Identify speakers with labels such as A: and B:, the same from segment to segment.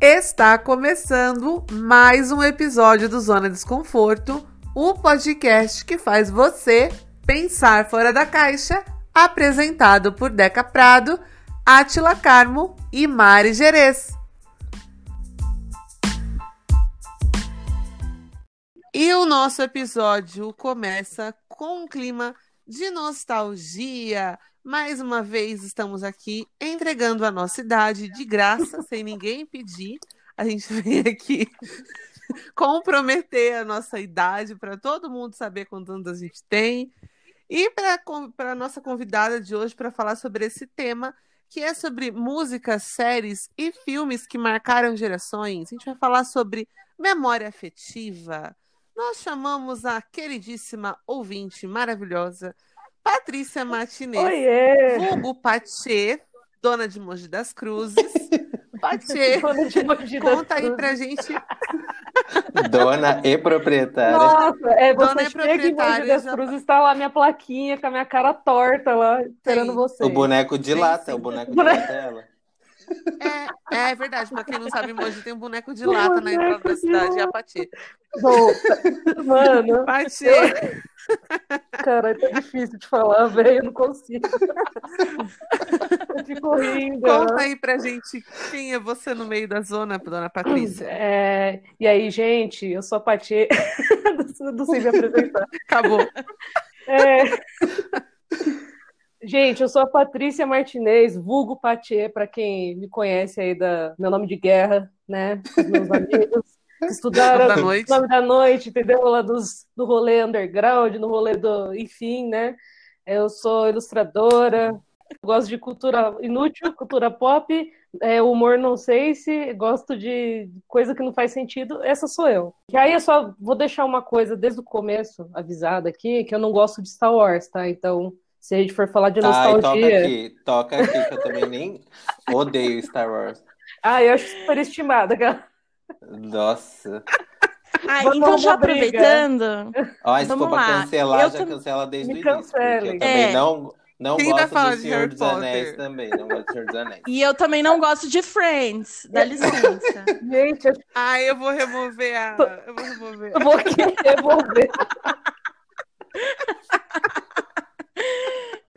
A: Está começando mais um episódio do Zona Desconforto, o podcast que faz você pensar fora da caixa, apresentado por Deca Prado, Atila Carmo e Mari Gerês. E o nosso episódio começa com um clima de nostalgia. Mais uma vez estamos aqui entregando a nossa idade de graça, sem ninguém pedir. A gente vem aqui comprometer a nossa idade para todo mundo saber quantos anos a gente tem. E para a nossa convidada de hoje para falar sobre esse tema, que é sobre músicas, séries e filmes que marcaram gerações. A gente vai falar sobre memória afetiva. Nós chamamos a queridíssima ouvinte maravilhosa, Patrícia Martinez.
B: Oiê!
A: Vulgo Patê, dona de Mogi das Cruzes. Patê,
B: Dona de Mogi das
A: conta aí
B: Cruzes.
A: pra gente.
C: Dona e proprietária.
B: Nossa, é,
A: Dona é
B: você chega em Mogi
A: proprietária,
B: das
A: já-
B: Cruzes, tá lá minha plaquinha com a minha cara torta lá, esperando
A: Sim.
B: você.
C: o boneco de
A: Sim,
C: lata,
A: sim.
C: o boneco de
B: Bone-
C: lata é ela.
A: É, é verdade, pra quem não sabe, Mogi tem um boneco de
B: Um
A: lata na entrada
B: boneco
A: da
B: de
A: cidade, é a
B: lata.
A: Patê.
B: Bom, mano,
A: Patê,
B: cara, tá difícil de falar, velho, eu não consigo. Eu fico rindo.
A: conta aí pra gente quem é você no meio da zona, dona Patrícia.
B: É, e aí, gente, eu sou a Pati. não sei me apresentar.
A: Acabou.
B: É. Gente, eu sou a Patrícia Martinez, vulgo Patiê, para quem me conhece aí da meu nome de guerra, né? Com os meus amigos que estudaram
A: Nome da noite.
B: nome da noite, entendeu? Lá dos, do rolê underground, no rolê do, enfim, né? Eu sou ilustradora, gosto de cultura inútil, cultura pop, é, humor não sei se, gosto de coisa que não faz sentido, essa sou eu. E aí eu só vou deixar uma coisa desde o começo avisada aqui, que eu não gosto de Star Wars, tá? Então, se a gente for falar de
C: Ai, Tá, toca
B: nostalgia,
C: aqui, toca aqui, que eu também nem odeio Star Wars.
B: ah, eu acho superestimada, cara.
C: Nossa.
D: Ah,
B: Vamos
D: então já
B: arrumar briga.
D: aproveitando,
C: Ó, se for
D: Vamos
C: pra
D: lá,
C: cancelar,
D: eu
C: já
D: tam-
C: cancela desde o
B: Me
C: início. porque
B: cancele.
C: Eu também
D: É.
C: não, não
A: Quem vai
C: gosto
A: falar
C: do
A: de
C: Senhor
A: Harry
C: dos Anéis
A: Potter?
C: também. Não gosto do Senhor dos Anéis.
D: e eu também não gosto de Friends, dá licença.
B: Gente, eu
A: Ah, eu vou remover a. Eu vou remover.
B: vou querer devolver.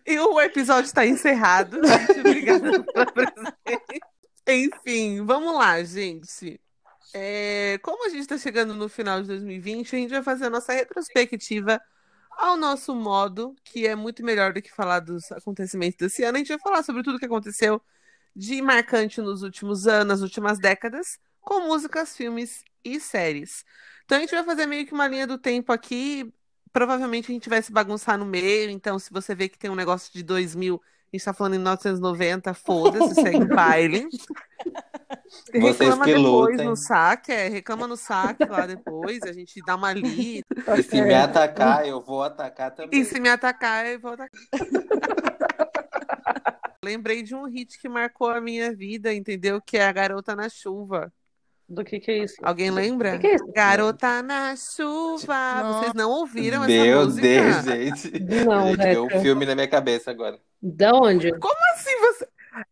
A: E o episódio está encerrado. Gente, obrigada pela presença. Enfim, vamos lá, gente. É, como a gente está chegando no final de 2020, a gente vai fazer a nossa retrospectiva ao nosso modo, que é muito melhor do que falar dos acontecimentos desse ano. A gente vai falar sobre tudo que aconteceu de marcante nos últimos anos, nas últimas décadas, com músicas, filmes e séries. Então a gente vai fazer meio que uma linha do tempo aqui, provavelmente a gente vai se bagunçar no meio, então se você vê que tem um negócio de 2000, a gente tá falando em 1990, foda-se, segue o baile.
C: Vocês
A: reclama
C: que
A: depois
C: lutem.
A: no saque, é, reclama no saque lá depois, a gente dá uma lida.
C: E se me atacar, eu vou atacar também.
A: É. E se me atacar, eu vou atacar. Lembrei de um hit que marcou a minha vida, entendeu? Que é a Garota na Chuva.
B: Do que que é isso?
A: Alguém lembra?
B: O que que é isso?
A: Garota na Chuva. Vocês não ouviram essa
C: Meu
A: música?
C: Deus, gente.
B: Não, né,
C: gente, deu um
B: Deca.
C: filme na minha cabeça agora.
B: Da onde?
A: Assim você.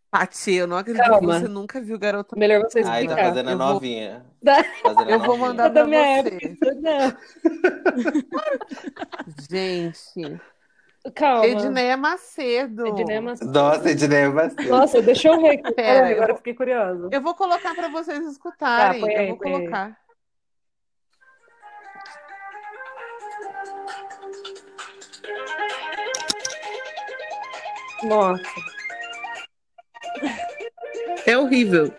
A: Paty, eu não acredito
B: Calma.
A: que você nunca viu Garota.
B: Melhor você
C: Ai, tá
B: explicar.
C: fazendo a
A: eu vou-
C: novinha.
B: Da-
C: Fazendo a
A: Eu vou
C: novinha.
A: mandar pra
B: da minha
A: você.
B: época. Não.
A: Gente.
B: Calma.
A: Edneia Macedo.
B: Edneia Macedo.
C: Nossa, Ednei, mas...
B: Nossa, deixa eu ver aqui.
A: Pera, eu
B: Peraí, É, agora
A: vou-
B: eu fiquei curiosa.
A: Eu vou colocar pra vocês escutarem.
B: Tá, põe aí,
A: eu vou
B: põe aí.
A: colocar.
B: Nossa.
A: É horrível.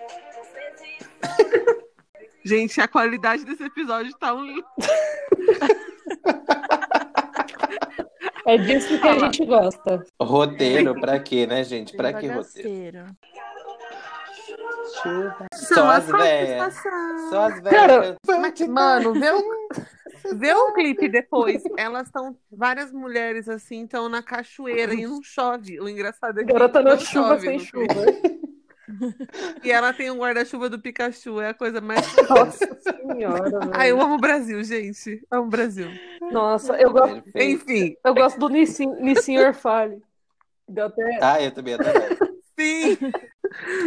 A: Gente, a qualidade desse episódio tá um.
B: É disso que a gente gosta.
C: Roteiro pra quê, né, gente? Pra que roteiro?
D: roteiro?
C: Só as velhas. Só as velhas.
A: tá
B: Tipo,
A: Mano, vê o, vê o clipe depois. Elas estão. Várias mulheres assim estão na cachoeira e não chove. O engraçado é que.
B: Garota na
A: não
B: chuva
A: chove
B: sem
A: no clipe.
B: chuva.
A: E ela tem um guarda-chuva do Pikachu, é a coisa mais.
B: Nossa senhora. velho.
A: Ai, eu amo o Brasil, gente. Amo o Brasil.
B: Nossa, eu gosto,
C: Perfeito.
A: Enfim,
B: eu gosto do Nissin, Nissin Orfale. Deu até.
C: Ah, eu também adoro.
A: sim.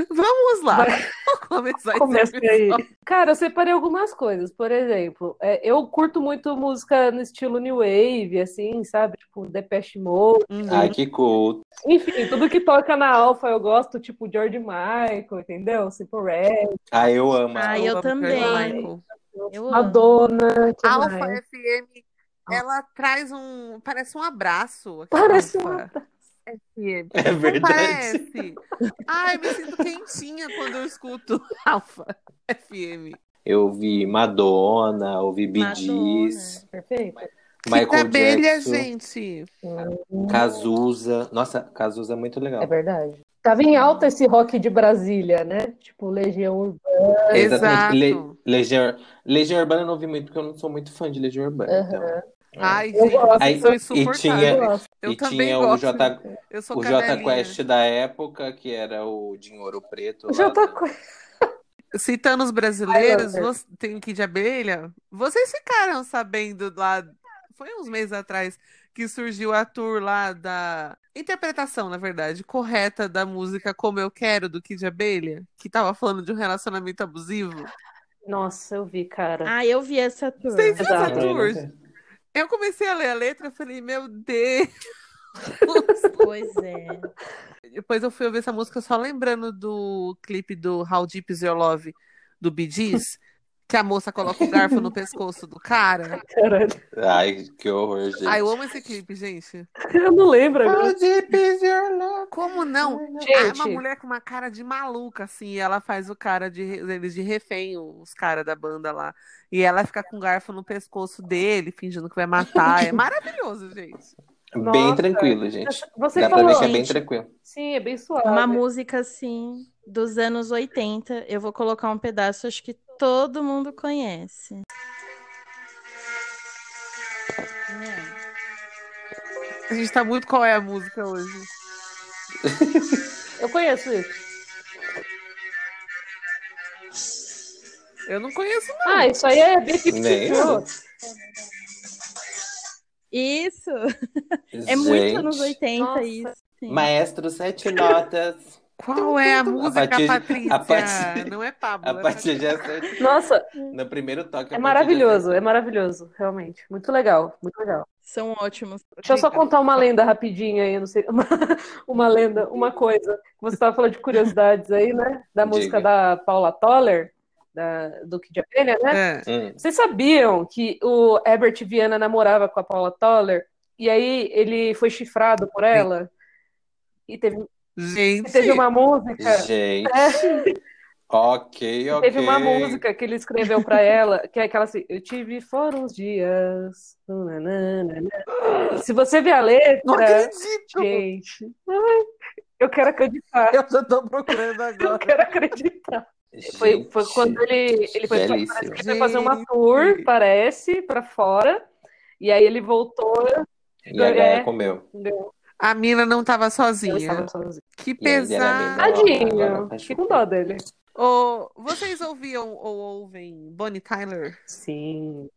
A: Vamos lá. Vamos começar esse
B: Começa aí.
A: episódio.
B: Cara, eu separei algumas coisas. Por exemplo, é, eu curto muito música no estilo New Wave, assim, sabe? Tipo, Depeche Mode.
A: Uhum.
C: Ai, que cool.
B: Enfim, tudo que toca na Alfa eu gosto, tipo George Michael, entendeu? Simple Red,
C: Ai, Ah, eu amo.
D: Ai,
A: Alba
D: eu
A: Booker
D: também.
A: Michael.
D: Eu
A: Hum.
D: amo.
B: Madonna. que
A: Alfa
B: mais?
A: FM, ela traz um. Parece um abraço. aqui,
B: Parece um
A: Alfa FM.
C: É
A: Não
C: verdade.
A: parece? Ai, me sinto quentinha quando eu escuto Alfa FM.
C: Eu ouvi Madonna, ouvi Bee Gees,
A: é
D: Madonna.
B: Perfeito.
A: Fita
C: Michael
A: abelha,
C: Jackson,
A: gente.
C: Cazuza. Nossa, Cazuza é muito legal.
B: É verdade. Tava em alta esse rock de Brasília, né? Tipo, Legião Urbana.
A: Exato.
C: Le- Legião, Legião Urbana eu não ouvi muito, porque eu não sou muito fã de Legião Urbana. então. É.
A: Ai,
B: Eu
A: gente,
B: gosto.
A: vocês são
C: Aí- e
A: insuportáveis.
C: tinha-
B: Eu gosto.
A: Eu
C: e
A: também
C: tinha o
A: gosto.
C: Jota,
A: Eu sou
C: o Jota
A: cadelinha.
C: Quest da época, que era o de Ouro Preto. lá
B: Já tá
C: do-
B: com-
A: Citando os brasileiros,
B: Ai, eu-
A: você- tem que de abelha. Vocês ficaram sabendo lá, foi uns meses atrás, que surgiu a tour lá da interpretação, na verdade, correta da música Como Eu Quero, do Kid Abelha, que tava falando de um relacionamento abusivo.
B: É. Nossa, eu vi, cara.
D: Ah, eu vi essa tour.
A: Vocês viram essa
B: Exato.
A: tour? Eu comecei a ler a letra e falei, meu Deus!
D: Pois é.
A: Depois eu fui ouvir essa música só lembrando do clipe do How Deep Is Your Love do Bee Gees, que a moça coloca o garfo no pescoço do cara.
B: Caralho.
C: Ai, que horror, gente.
A: Ai, eu amo esse clipe, gente.
B: Eu não lembro agora.
C: How deep is your love?
A: Como não? Ah, é uma
B: Gente,
A: mulher com uma cara de maluca, assim, e ela faz o cara de re- eles de refém, os caras da banda lá. E ela fica com o garfo no pescoço dele, fingindo que vai matar. É maravilhoso, gente.
C: Bem
B: Nossa.
C: tranquilo, gente.
B: você
C: Dá pra
B: falou.
C: ver que é bem
D: gente.
C: tranquilo.
B: Sim, é bem suave.
D: Uma música assim, dos anos 80. Eu vou colocar um pedaço, acho que todo mundo conhece. Né?
A: A gente tá muito qual é a música hoje.
B: Eu conheço isso.
A: Eu não conheço, não.
B: Ah, isso aí é Big
C: Nem eu.
B: Picture.
D: Isso! É muito anos
C: Gente,
D: 80
B: Nossa.
D: isso. sim.
C: Maestro Sete Notas.
A: Qual é a música,
C: Paty-
A: Patrícia?
C: a Paty-
A: Não é Pablo.
C: A
A: é
C: partir já acertou.
B: Nossa,
C: No primeiro toque. a
B: é
C: Paty
B: maravilhoso,
C: já
B: é maravilhoso, realmente. Muito legal, muito legal.
D: São ótimos.
B: Deixa eu só
A: Diga.
B: contar uma lenda rapidinho aí, não sei, uma, uma lenda, uma coisa. Você estava falando de curiosidades aí, né? Da música da Paula Toller, da, do Kid Abelha, né?
A: É.
C: acertou. Hum.
B: Vocês sabiam que o Herbert Viana namorava com a Paula Toller e aí ele foi chifrado por ela? E teve,
A: Gente,
B: teve uma música.
C: Gente.
B: É.
C: Ok, ok.
B: Teve uma música que ele escreveu pra ela, que é aquela assim, eu tive foram uns dias. um nananana. Se você ver a
A: não
B: letra,
A: acredito.
B: gente, ai, eu quero acreditar,
A: Eu já tô procurando
B: eu
A: agora.
B: quero acreditar. Foi, foi
C: Gente,
B: quando ele, ele foi pra-
C: belíssimo.
B: ele foi fazer uma tour, parece, pra fora. E aí ele voltou,
C: E a
B: É.
C: Gaia comeu.
A: A mina não tava
B: eu
A: sozinha.
B: estava sozinho.
A: Que
C: E ele era meio
A: pesado.
C: Nossa,
B: Tadinho,
C: agora faz
B: fiquei com dó dele.
A: Ô, vocês ouviam ou ouvem Bonnie Tyler?
B: Sim.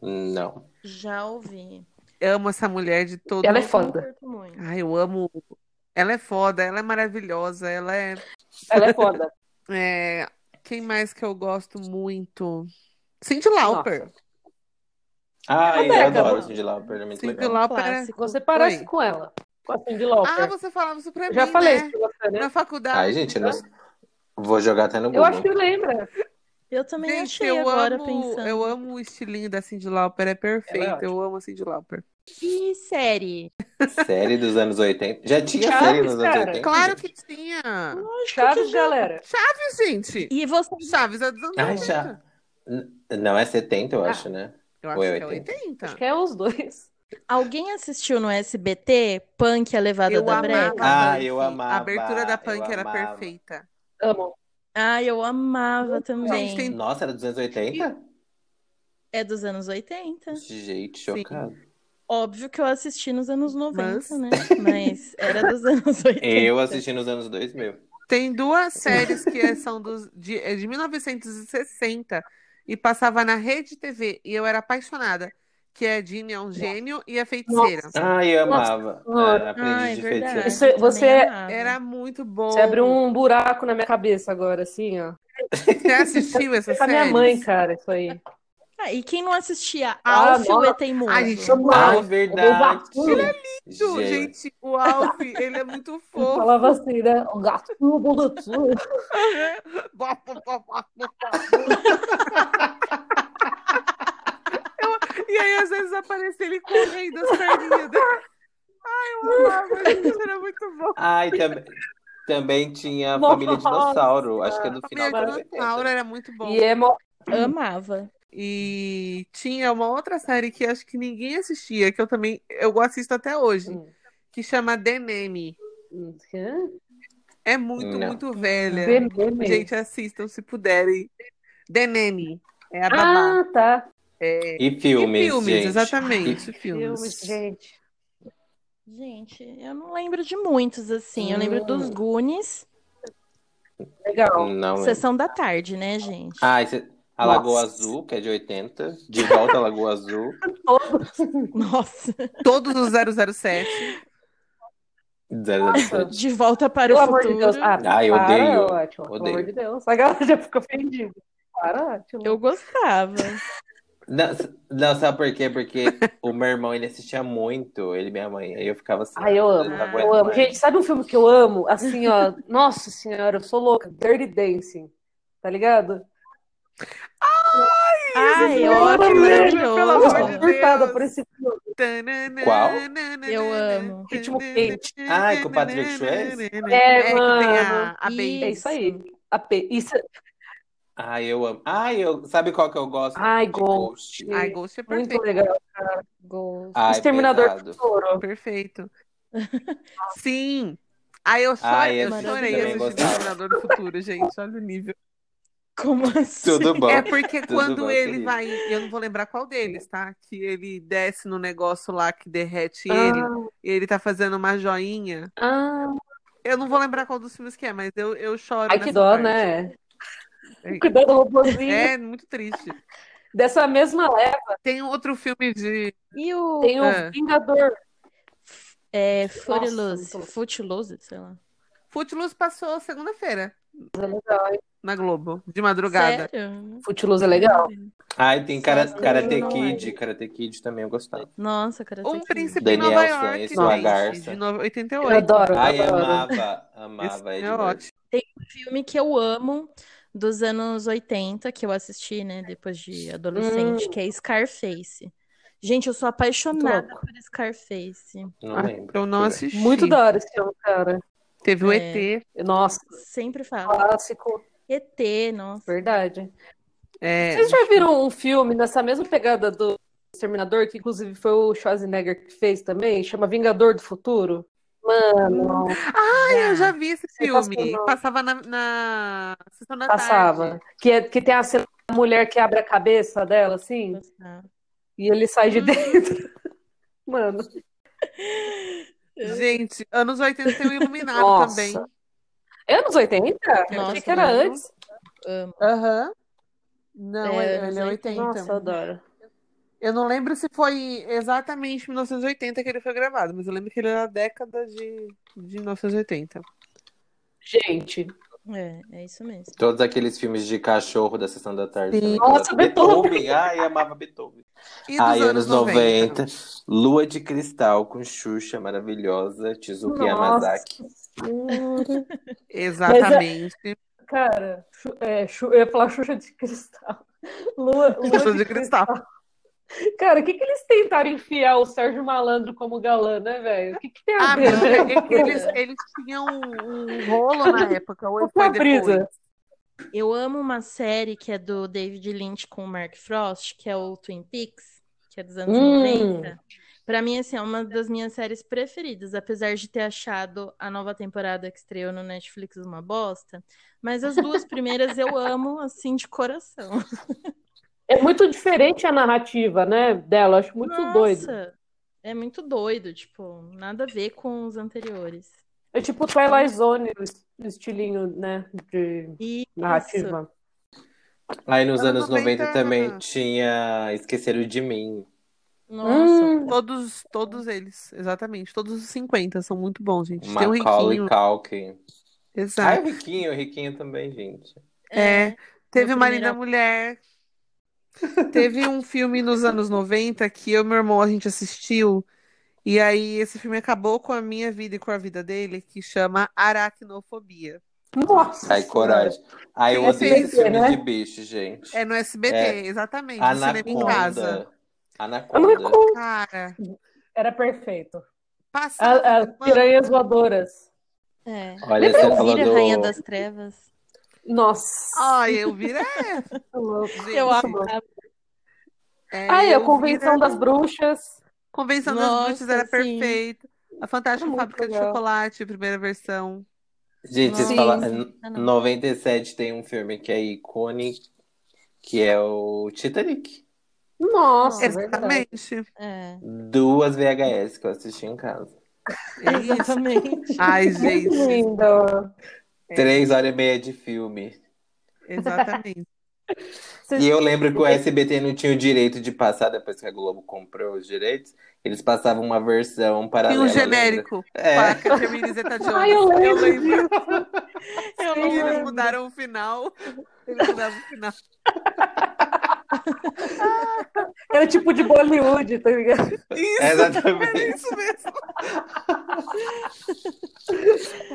C: Não.
D: Já ouvi.
A: Eu amo essa mulher de todo.
B: Ela é
A: mundo.
B: foda.
D: Eu curto muito.
A: Ai, eu amo. Ela é foda, ela é maravilhosa, ela é.
B: Ela é foda.
A: é, Quem mais que eu gosto muito? Cindy Lauper.
B: É
C: Ai, eu
B: Rebeca,
C: adoro
D: não.
C: Cindy Lauper, é muito
A: Cindy
C: legal.
A: Lauper. é-
D: um Clássico.
B: Você parece
A: Oi.
B: com ela. Com a Cindy
A: Ah,
B: Lauper.
A: você falava isso pra
B: Já
A: mim,
B: falei
A: né?
B: isso pra você, né?
A: Na faculdade.
C: Ai, gente, eu não... vou jogar até no
B: Eu
C: Google.
B: acho que lembra.
D: Eu também
A: Gente,
D: achei
A: eu
D: agora
A: amo,
D: pensando.
A: eu amo o estilinho da Cindy Lauper, é perfeito.
B: Ela é
A: eu amo a Cindy Lauper.
D: E série?
C: Série dos anos 80. Já tinha
B: Chaves,
C: série nos anos
B: cara.
C: 80?
A: Claro que tinha.
B: Chaves,
D: Tá.
B: galera.
A: Chaves, gente.
D: E você?
A: Chaves é dos anos
C: Ai,
A: 80.
C: Ah, já. N- Não, é 70, eu acho, né?
A: Eu acho
C: Ou é
A: que é
C: 80?
A: 80.
B: Acho que é os dois.
D: Alguém assistiu no SBT Punk a Levada
A: Eu
D: da
A: amava.
D: Breca?
C: Ah,
A: Punk.
C: eu
A: A
C: amava.
A: abertura da
C: eu
A: Punk era
C: amava.
A: perfeita.
B: Amo.
D: Ah, eu amava também.
A: Gente, tem-
C: Nossa, era 280?
D: É dos anos 80.
C: Gente, chocado.
D: Óbvio que eu assisti nos anos 90,
A: Mas-
D: né? Mas era dos anos 80.
C: Eu assisti nos anos 2000.
A: Tem duas séries que é- são dos, de, é de 1960 e passava na Rede TV e eu era apaixonada, que é Jimmy é um gênio e a feiticeira.
C: Ai, eu
B: Senhora.
C: amava. Ah,
D: Ah, é
C: aprendiz de
D: verdade.
C: feiticeiro.
B: Você-
D: eu
B: você
D: também
B: é-
D: amava.
A: Era muito bom.
B: Você abriu um buraco na minha cabeça agora, assim, ó.
A: Você assistiu essa
B: Tá
A: série?
B: minha mãe, cara, isso aí.
D: Ah, e quem não assistia
B: Ah,
D: Alf, o
B: nossa.
D: é teimoso?
A: Ai, gente,
B: Vamos lá.
C: Ai, Ah, verdade.
B: Eu vou-
A: Gente, gente, o Alf, ele é muito
B: Eu
A: fofo.
B: falava assim, né? O gato, o gato.
A: Bó, bó, bó, bó, bó. Eu- E aí, às vezes, aparecia ele correndo as perninhas dele. Ai, eu amava, gente, era muito bom.
C: Ai, também, também tinha a
B: Nossa.
C: Família Dinossauro. Acho que é do final
A: Família
C: dos anos 80.
A: Dinossauro era muito bom.
B: E é mó...
D: Amava.
A: E tinha uma outra série que acho que ninguém assistia, que eu também eu assisto até hoje,
B: Hum.
A: que chama The Name. É muito,
C: Não.
A: muito velha.
B: Vermelho.
A: Gente, assistam se puderem. The Nanny. É a babá.
B: Ah, tá.
C: E
A: E
C: filmes, gente.
A: exatamente. filmes.
B: Filmes, gente.
D: Gente, eu não lembro de muitos, assim. Eu lembro
B: Hum.
D: dos Goonies,
B: Legal.
C: Não lembro. Ah.
D: Sessão da Tarde, né, gente?
C: Ai, cê- a Lagoa
B: Nossa.
C: Azul, que é de 80. De volta à Lagoa Azul.
D: Nossa,
A: Todos os 007.
C: Nossa.
D: de volta para
B: Pelo
D: o
B: amor de
D: futuro.
B: Deus. Ah,
C: Ai,
B: para,
C: odeio.
B: ótimo. Pelo
C: Odeio.
B: amor de Deus. A galera já ficou ofendida. Para, ótimo.
D: Eu gostava.
C: Não, s- não, sabe por quê? Porque o meu irmão, ele assistia muito, ele e minha mãe. Aí eu ficava assim,
B: Ai, eu amo.
C: não
D: Ah,
C: aguento
B: Eu amo.
C: mais.
B: Gente, sabe um filme que eu amo? Assim, ó. Nossa senhora, eu sou louca. Dirty Dancing. Tá ligado?
D: Ai,
B: é
D: ótimo, né?
B: maravilhoso,
D: maravilhoso.
A: pelo
B: Eu
A: amor
B: sou
A: de
B: surtada
A: Deus.
B: por esse filme.
A: Tanana,
C: Qual?
A: nanana,
D: Eu amo.
B: Ritmo
A: tanana,
B: quente.
C: Ai, com o Patrick Swayze?
A: É,
B: É,
A: que tem a,
B: mano.
A: a
B: É
A: Bates.
B: isso aí. A P. Isso. é-
C: Ai, eu amo. Ai, eu... Sabe quai que eu gosto?
B: Ai,
C: De
B: Ghost.
A: Ai, Ghost é
B: Muito
A: perfeito.
B: legal.
D: Gosto.
C: Ai,
B: Exterminador do
C: pesado.
B: Futuro.
A: Perfeito. Sim. Aí eu chorei,
C: Ai,
A: eu
D: esse
A: chorei
D: também
A: assistindo
C: gostava.
A: Exterminador do Futuro, gente. Olha o nível.
D: Como assim?
C: Tudo bom.
A: É porque
C: Tudo
A: quando
C: bom,
A: ele
C: querido?
A: vai, eu não vou lembrar qual deles, tá? Que ele desce no negócio lá que derrete ele,
B: Ah,
A: e ele tá fazendo uma joinha.
B: ah.
A: Eu não vou lembrar qual dos filmes que é, mas eu, eu choro
B: Ai, que
A: nessa
B: dó,
A: parte.
B: né? Cuidado do robôzinho.
A: É muito triste.
B: Dessa mesma leva
A: Tem um outro filme de.
D: E o
B: tem o
A: É.
B: Vingador.
D: é, Footloose,
B: muito louco.
D: Footloose, sei lá.
A: Footloose passou segunda-feira
B: É legal, hein?
A: na Globo, de madrugada.
D: Sério?
B: Footloose é legal.
C: Ai, tem cara...
D: Nossa,
C: Karate
B: é.
D: não
C: Kid. Karate Kid também eu gostava.
D: Nossa, cara.
A: Um Príncipe em
C: Daniel
A: Nova
C: San,
A: York,
C: esse é
A: gente,
C: lagarto.
A: de no-
B: Eu
A: 88.
B: adoro.
C: Ai,
B: adoro.
C: amava.
A: Esse
C: Amava.
A: é
C: Ed Murphy.
A: ótimo.
D: filme que eu amo dos anos 80, que eu assisti, né, depois de adolescente, que é Scarface. Gente, eu sou apaixonada
B: Muito
D: por Scarface.
C: Não
B: Ah,
C: lembro.
A: Eu não
C: Por-
A: assisti.
B: Muito da hora esse filme, cara.
A: Teve o
D: É.
A: ET.
B: Nossa,
D: Sempre falo.
B: clássico.
D: ET, nossa.
B: Verdade.
A: É.
B: Vocês já viram um filme nessa mesma pegada do Exterminador, que inclusive foi o Schwarzenegger que fez também, chama Vingador do Futuro? Mano,
A: Ah, eu já vi esse filme.
B: Sensacional.
A: Passava na, na sessão da tá tarde.
B: passava. Que, é, que tem a cena da mulher que abre a cabeça dela, assim,
D: Nossa.
B: e ele sai de dentro. Mano,
A: Gente, anos 80 tem o Iluminado
B: Nossa.
A: também.
B: é anos 80?
D: Nossa,
B: Achei que era
D: não.
B: antes.
A: Aham. Não,
D: É,
A: ele- ele é
D: anos
A: 80.
B: Nossa, eu adoro.
A: Eu não lembro se foi exatamente 1980 que ele foi gravado, mas eu lembro que ele era da década de, de 1980.
B: Gente,
D: É, é isso mesmo.
C: Todos aqueles filmes de cachorro da Sessão da Tarde. também.
B: Nossa, Beethoven.
C: Ai, amava Beethoven.
A: E dos
C: Ai,
A: anos
C: anos 90. Lua de Cristal com Xuxa maravilhosa, Tizuki
A: é
B: Nossa.
C: Yamazaki.
B: é
A: Exatamente.
B: cara, chu- é, chu- eu ia falar Xuxa de cristal. Lua, Lua
A: Xuxa de Cristal.
B: Cara, o que, que eles tentaram enfiar o Sérgio Malandro como galã, né, velho? O que, que tem a
A: Ah,
B: ver,
A: mas
B: né?
A: é que eles, eles tinham um, um rolo na época, ou ele foi
B: Uma brisa.
A: depois.
D: Eu amo uma série que é do David Lynch com o Mark Frost, que é o Twin Peaks, que é dos anos
B: Hum.
D: 90. Pra mim, assim, é uma das minhas séries preferidas, apesar de ter achado a nova temporada que estreou no Netflix uma bosta. Mas as duas primeiras eu amo, assim, de coração.
B: É muito diferente a narrativa, né, dela. Eu Acho muito
D: Nossa!
B: doido.
D: É muito doido, tipo, nada a ver com os anteriores.
B: É tipo Twilight Zone, o es- o estilinho, né, de
D: E isso,
B: narrativa.
C: Aí nos
A: Anos
C: anos 90
A: 90.
C: também tinha Esqueceram de Mim.
D: Nossa.
B: Hum,
A: Todos, todos eles, exatamente. Todos os 50 são muito bons, gente. Tem um
C: Macaulay
A: riquinho. Tá.
C: Culkin. Ah,
A: Exato.
C: o Riquinho, o Riquinho também, gente.
A: É, teve
D: meu
A: uma linda
D: primeiro
A: mulher. Teve um filme nos anos 90 que eu e meu irmão a gente assistiu. E aí esse filme acabou com a minha vida e com a vida dele, que chama Aracnofobia.
B: Nossa.
C: Ai, coragem. Ai, eu
A: Tem
C: odeio esses
B: SBT,
C: filmes
B: né?
C: de bicho, gente.
A: É no SBT,
C: É.
A: exatamente, no cinema em casa.
C: Anaconda.
B: Senhora.
C: Anaconda.
A: Cara,
B: Era perfeito.
A: passava,
B: A- As
A: mano,
B: piranhas voadoras.
D: É.
C: Olha, você falou
D: Elvira, Rainha
C: do-
D: das Trevas.
B: Nossa.
A: Ai, eu vira é,
B: Tá louco.
A: gente.
D: Eu amo.
A: É,
B: Ai, a
A: Elvira-
B: Convenção das Bruxas.
A: Convenção
D: Nossa,
A: das Bruxas era
D: sim.
A: perfeita. A Fantástica
B: Muito
A: Fábrica de
B: legal.
A: Chocolate, primeira versão.
C: Gente, vocês é,
D: Sim.
C: falaram.
D: Ah,
C: Em
D: não.
C: 97 tem um filme que é icônico, que é o Titanic.
B: Nossa, verdade.
A: Exatamente.
D: É,
C: Duas VHS que eu assisti em casa.
A: É isso.
D: exatamente.
A: Ai,
B: Muito
A: gente,
B: lindo.
A: É.
C: Três horas e meia de filme.
A: exatamente.
B: Vocês-
C: E eu lembro que o SBT não tinha o direito de passar, depois que a Globo comprou os direitos, eles passavam uma versão
A: E
C: paralela.
A: um
C: lembra?
A: genérico
C: É.
A: com a Catherine Zeta-Jones.
B: Ai, eu lembro.
D: Eu não
A: E Eles
D: lembro.
A: mudaram o final. Eles mudaram o final.
B: Era tipo de Bollywood, tá ligado?
A: Isso,
C: Exatamente.
A: é isso mesmo.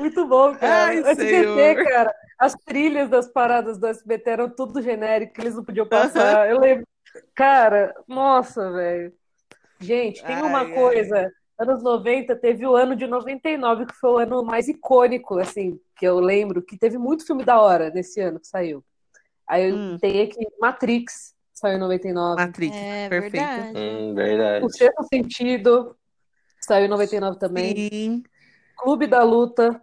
B: Muito bom, cara.
A: Ai,
B: O SBT,
A: senhor.
B: cara, as trilhas das paradas do SBT eram tudo genérico, eles não podiam passar. Eu lembro. Cara, nossa, velho. Gente, tem uma
A: Ai, ai.
B: coisa. Anos 90 teve o ano de 99, que foi o ano mais icônico, assim, que eu lembro, que teve muito filme da hora nesse ano que saiu. Aí
A: Hum.
B: tem aqui Matrix, saiu em 99.
A: Matrix,
D: É
A: perfeito.
D: verdade.
C: Hum, verdade.
B: O Sexto Sentido, saiu em 99 também.
A: Sim.
B: Clube da Luta.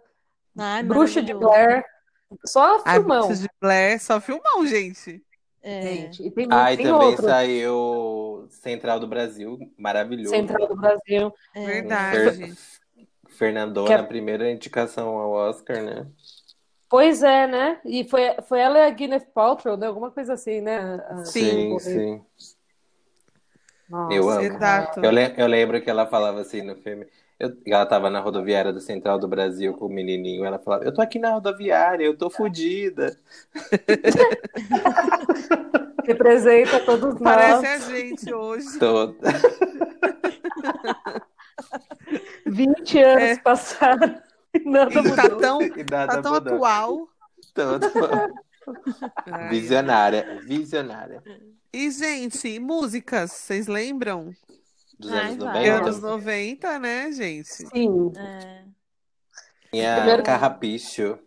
D: Ai,
B: Bruxa de
D: é maravilhoso.
B: Blair. Só
A: A
B: filmão,
A: Bruxa de Blair, só filmão, gente.
D: É.
B: gente. E tem,
C: Aí
B: tem
C: também
B: outro.
C: saiu Central do Brasil, maravilhoso.
B: Central do Brasil.
D: É.
A: Verdade.
C: Fernandona,
B: Que é-
C: a primeira indicação ao Oscar, né?
B: Pois é, né? E foi, foi ela e a Gwyneth Paltrow, né? Alguma coisa assim, né? A-
A: Sim.
C: sim. sim.
B: Nossa,
C: Eu amo.
A: Exato.
C: Eu, le- eu lembro que ela falava assim no filme. eu- ela tava na rodoviária do Central do Brasil com o menininho. Ela falava: Eu tô aqui na rodoviária, eu tô fodida.
B: Representa todos nós.
A: Parece a gente hoje.
C: Tô...
B: 20 anos
A: É.
B: passaram e nada
A: E
B: mudou.
A: tá tão,
C: E nada Tá
A: tá tão
C: mudou.
A: atual.
C: Tô- tô-
A: Ai,
C: Visionária, visionária.
A: E, gente, músicas, vocês lembram? É
C: Dos
D: Ai,
C: anos
D: vai.
A: Anos
C: 90.
A: 90, né, gente?
B: Sim.
D: É.
C: Tinha
B: Primeiro-
C: Carrapicho.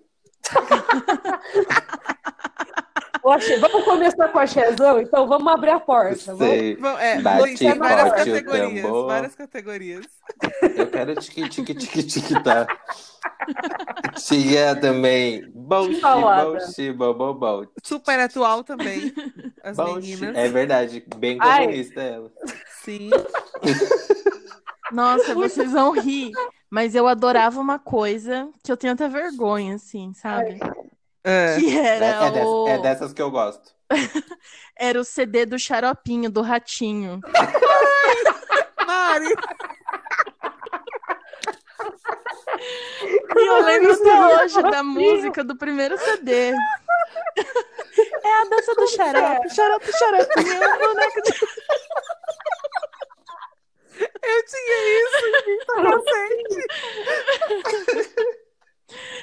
B: O axé- Vamos começar com a Chezão, então vamos abrir a porta. Vamos...
C: Sei.
A: Bom, é,
C: Bati
A: gente, tem várias
C: forte o
A: categorias,
C: tambor.
A: várias categorias.
C: Eu quero tique tique tique tique tá. Tinha também. Bolshi,
B: Salada.
C: bolshi, bobobol.
A: Super atual também, as meninas.
C: É verdade, bem
B: Ai.
C: comunista ela.
A: Sim.
D: Nossa, vocês vão rir. Mas eu adorava uma coisa que eu tenho até vergonha, assim, sabe?
A: É.
D: Que era
C: É, dessa-
D: o...
C: é dessas que eu gosto.
D: Era o CD do Xaropinho, do Ratinho.
A: Mari,
D: E eu lembro até hoje da música do primeiro CD. É a dança do xarope, é? xarope, xarope, meu boneco de...
A: eu tinha isso.
D: assim?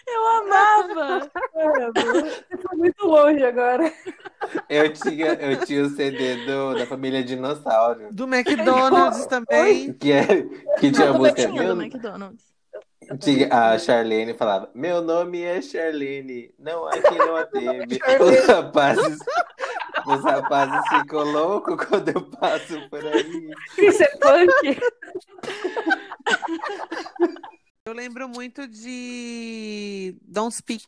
D: Eu amava!
B: é, Você foi muito longe agora.
C: Eu tinha, eu tinha o CD do, da família Dinossauro.
A: Do McDonald's também.
C: Que, é, que tinha a
D: Não,
C: música.
D: tinha do
C: Meu,
D: McDonald's.
C: tinha- a Charlene falava: Meu nome é Charlene. Não há quem não a
A: é
C: teme.
B: Charlene.
C: Os rapazes. Os rapazes ficam loucos quando eu passo por aí.
B: Isso é punk.
A: Eu lembro muito de Don't Speak.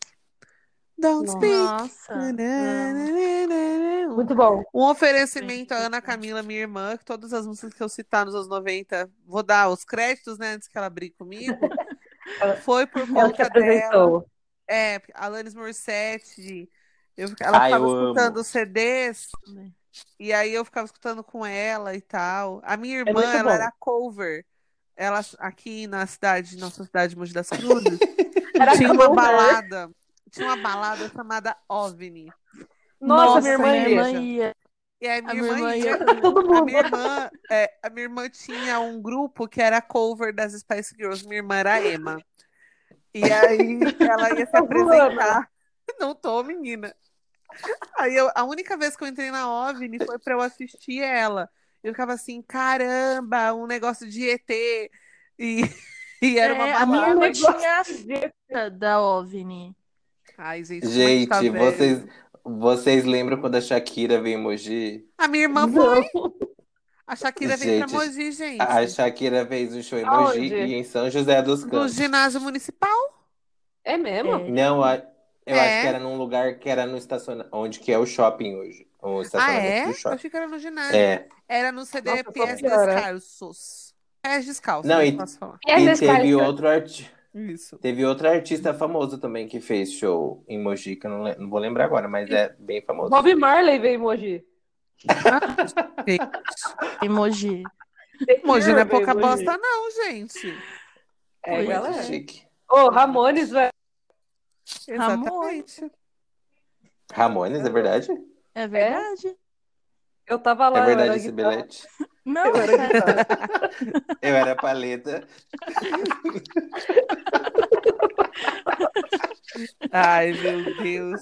A: Don't
B: Nossa.
A: Speak.
D: Nossa.
A: Um
D: né,
B: Muito bom.
A: oferecimento à Ana Camila, minha irmã, que todas as músicas que eu citar nos anos 90, vou dar os créditos, né, antes que ela brigue comigo. Foi por
B: Ela que
A: conta dela.
B: apresentou.
A: É, Alanis Morissette. Eu- ela
C: Ai,
A: ficava
C: eu amo.
A: escutando os CDs. E aí eu ficava escutando com ela e tal. A minha irmã,
B: muito
A: ela
B: bom.
A: era cover. Ela, aqui na cidade, nossa cidade, Mogi das Cruzes,
B: Era
A: tinha uma
B: cover.
A: balada. Tinha uma balada chamada OVNI.
B: Nossa, minha irmã
A: minha
B: ia.
A: igreja.
D: ia.
A: E aí
D: A
A: minha irmã
D: minha irmã
A: ia.
D: ia.
B: Todo
A: A
B: mundo.
A: minha irmã, é, a minha irmã tinha um grupo que era cover das Spice Girls. Minha irmã era Emma. E aí ela ia se
B: Tá zoando.
A: apresentar. Não tô, menina. Aí eu- a única vez que eu entrei na OVNI foi pra eu assistir ela. Eu ficava assim, caramba, um negócio de ET. E, e era uma
D: É, a minha
A: balada.
D: irmã
B: Negócio
D: tinha a fita da OVNI.
A: Ai, gente, como a gente tá
C: Gente,
A: velho.
C: vocês, vocês lembram quando a Shakira veio em Mogi?
A: A minha irmã foi. A Shakira veio pra
C: Gente,
A: Mogi, gente.
C: A a Shakira fez um show em
B: Aonde?
C: Mogi e em São José dos
A: Do
C: Campos.
A: ginásio municipal.
B: É mesmo?
D: É.
C: Não, a- eu
A: É.
C: acho que era num lugar que era no estacionamento, onde que é o shopping hoje. O
A: Ah,
C: estacionamento
A: é?
C: do
A: Eu
C: shopping.
A: achei que era no ginásio.
C: É.
A: Era no CD
B: Nossa, eu tô
A: Pés
B: pior, é.
A: Descalços. Pés Descalços,
C: Não,
A: eu
C: e-
A: posso falar.
B: E
C: E
B: essa
C: teve
B: escala-
C: outro, arti...
A: Isso.
C: teve outro artista famoso também que fez show em Mogi, que eu não, le- não vou lembrar agora, mas é bem famoso.
B: Bob Marley veio em Mogi.
D: Emoji.
A: Mogi não é
B: Veio
A: pouca
B: em Mogi.
A: bosta, não, gente.
B: É,
D: Muito
B: ela é.
C: Chique.
B: Ô, Ramones, velho.
A: Exatamente.
C: Ramones, é verdade?
D: É verdade?
B: Eu tava lá.
C: É
B: eu
C: verdade
B: era
C: esse
B: guitarra.
C: bilhete.
D: Não, é.
B: Eu era
D: tá.
B: guitarra.
C: Eu era paleta.
A: Ai, meu Deus.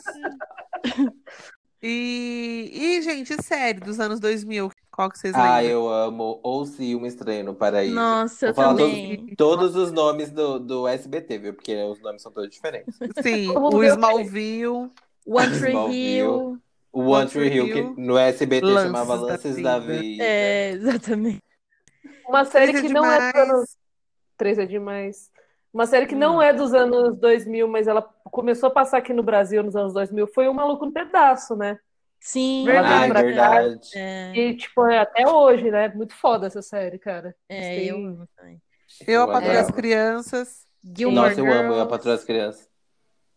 A: E, e, gente, série dos anos 2000, qual que vocês
C: Ah,
A: lembram?
C: eu amo. Ou se um estranho no paraíso.
D: Nossa, eu
C: Vou falar dos-
D: também.
C: Todos os nomes do, do SBT, viu? Porque os nomes são todos diferentes.
A: Sim,
B: Como
A: o
B: meu
A: Smallville,
D: One Tree
C: Smallville.
D: Hill.
C: O One Tree Hill,
A: Hill.
C: que no SBT
A: Lances
C: chamava
A: da
C: Lances da
A: Vida.
C: Vida.
D: É, exatamente.
B: Uma série que
A: Três é
B: não é dos
A: Demais. Hum.
B: anos. Três é demais. Uma série que não é dos anos 2000, mas ela começou a passar aqui no Brasil nos anos 2000. Foi O Maluco no Pedaço, né?
D: Sim,
C: Ah, é
B: Verdade.
C: verdade.
D: É,
B: E, tipo, é até hoje, né? Muito foda essa série, cara.
D: é, eu amo também.
A: Eu, a
C: Eu
A: Patrulha das
C: adorava.
A: Crianças,
D: Gilmore
C: Nossa, eu amo eu
D: Girls.
C: a Patroa das Crianças.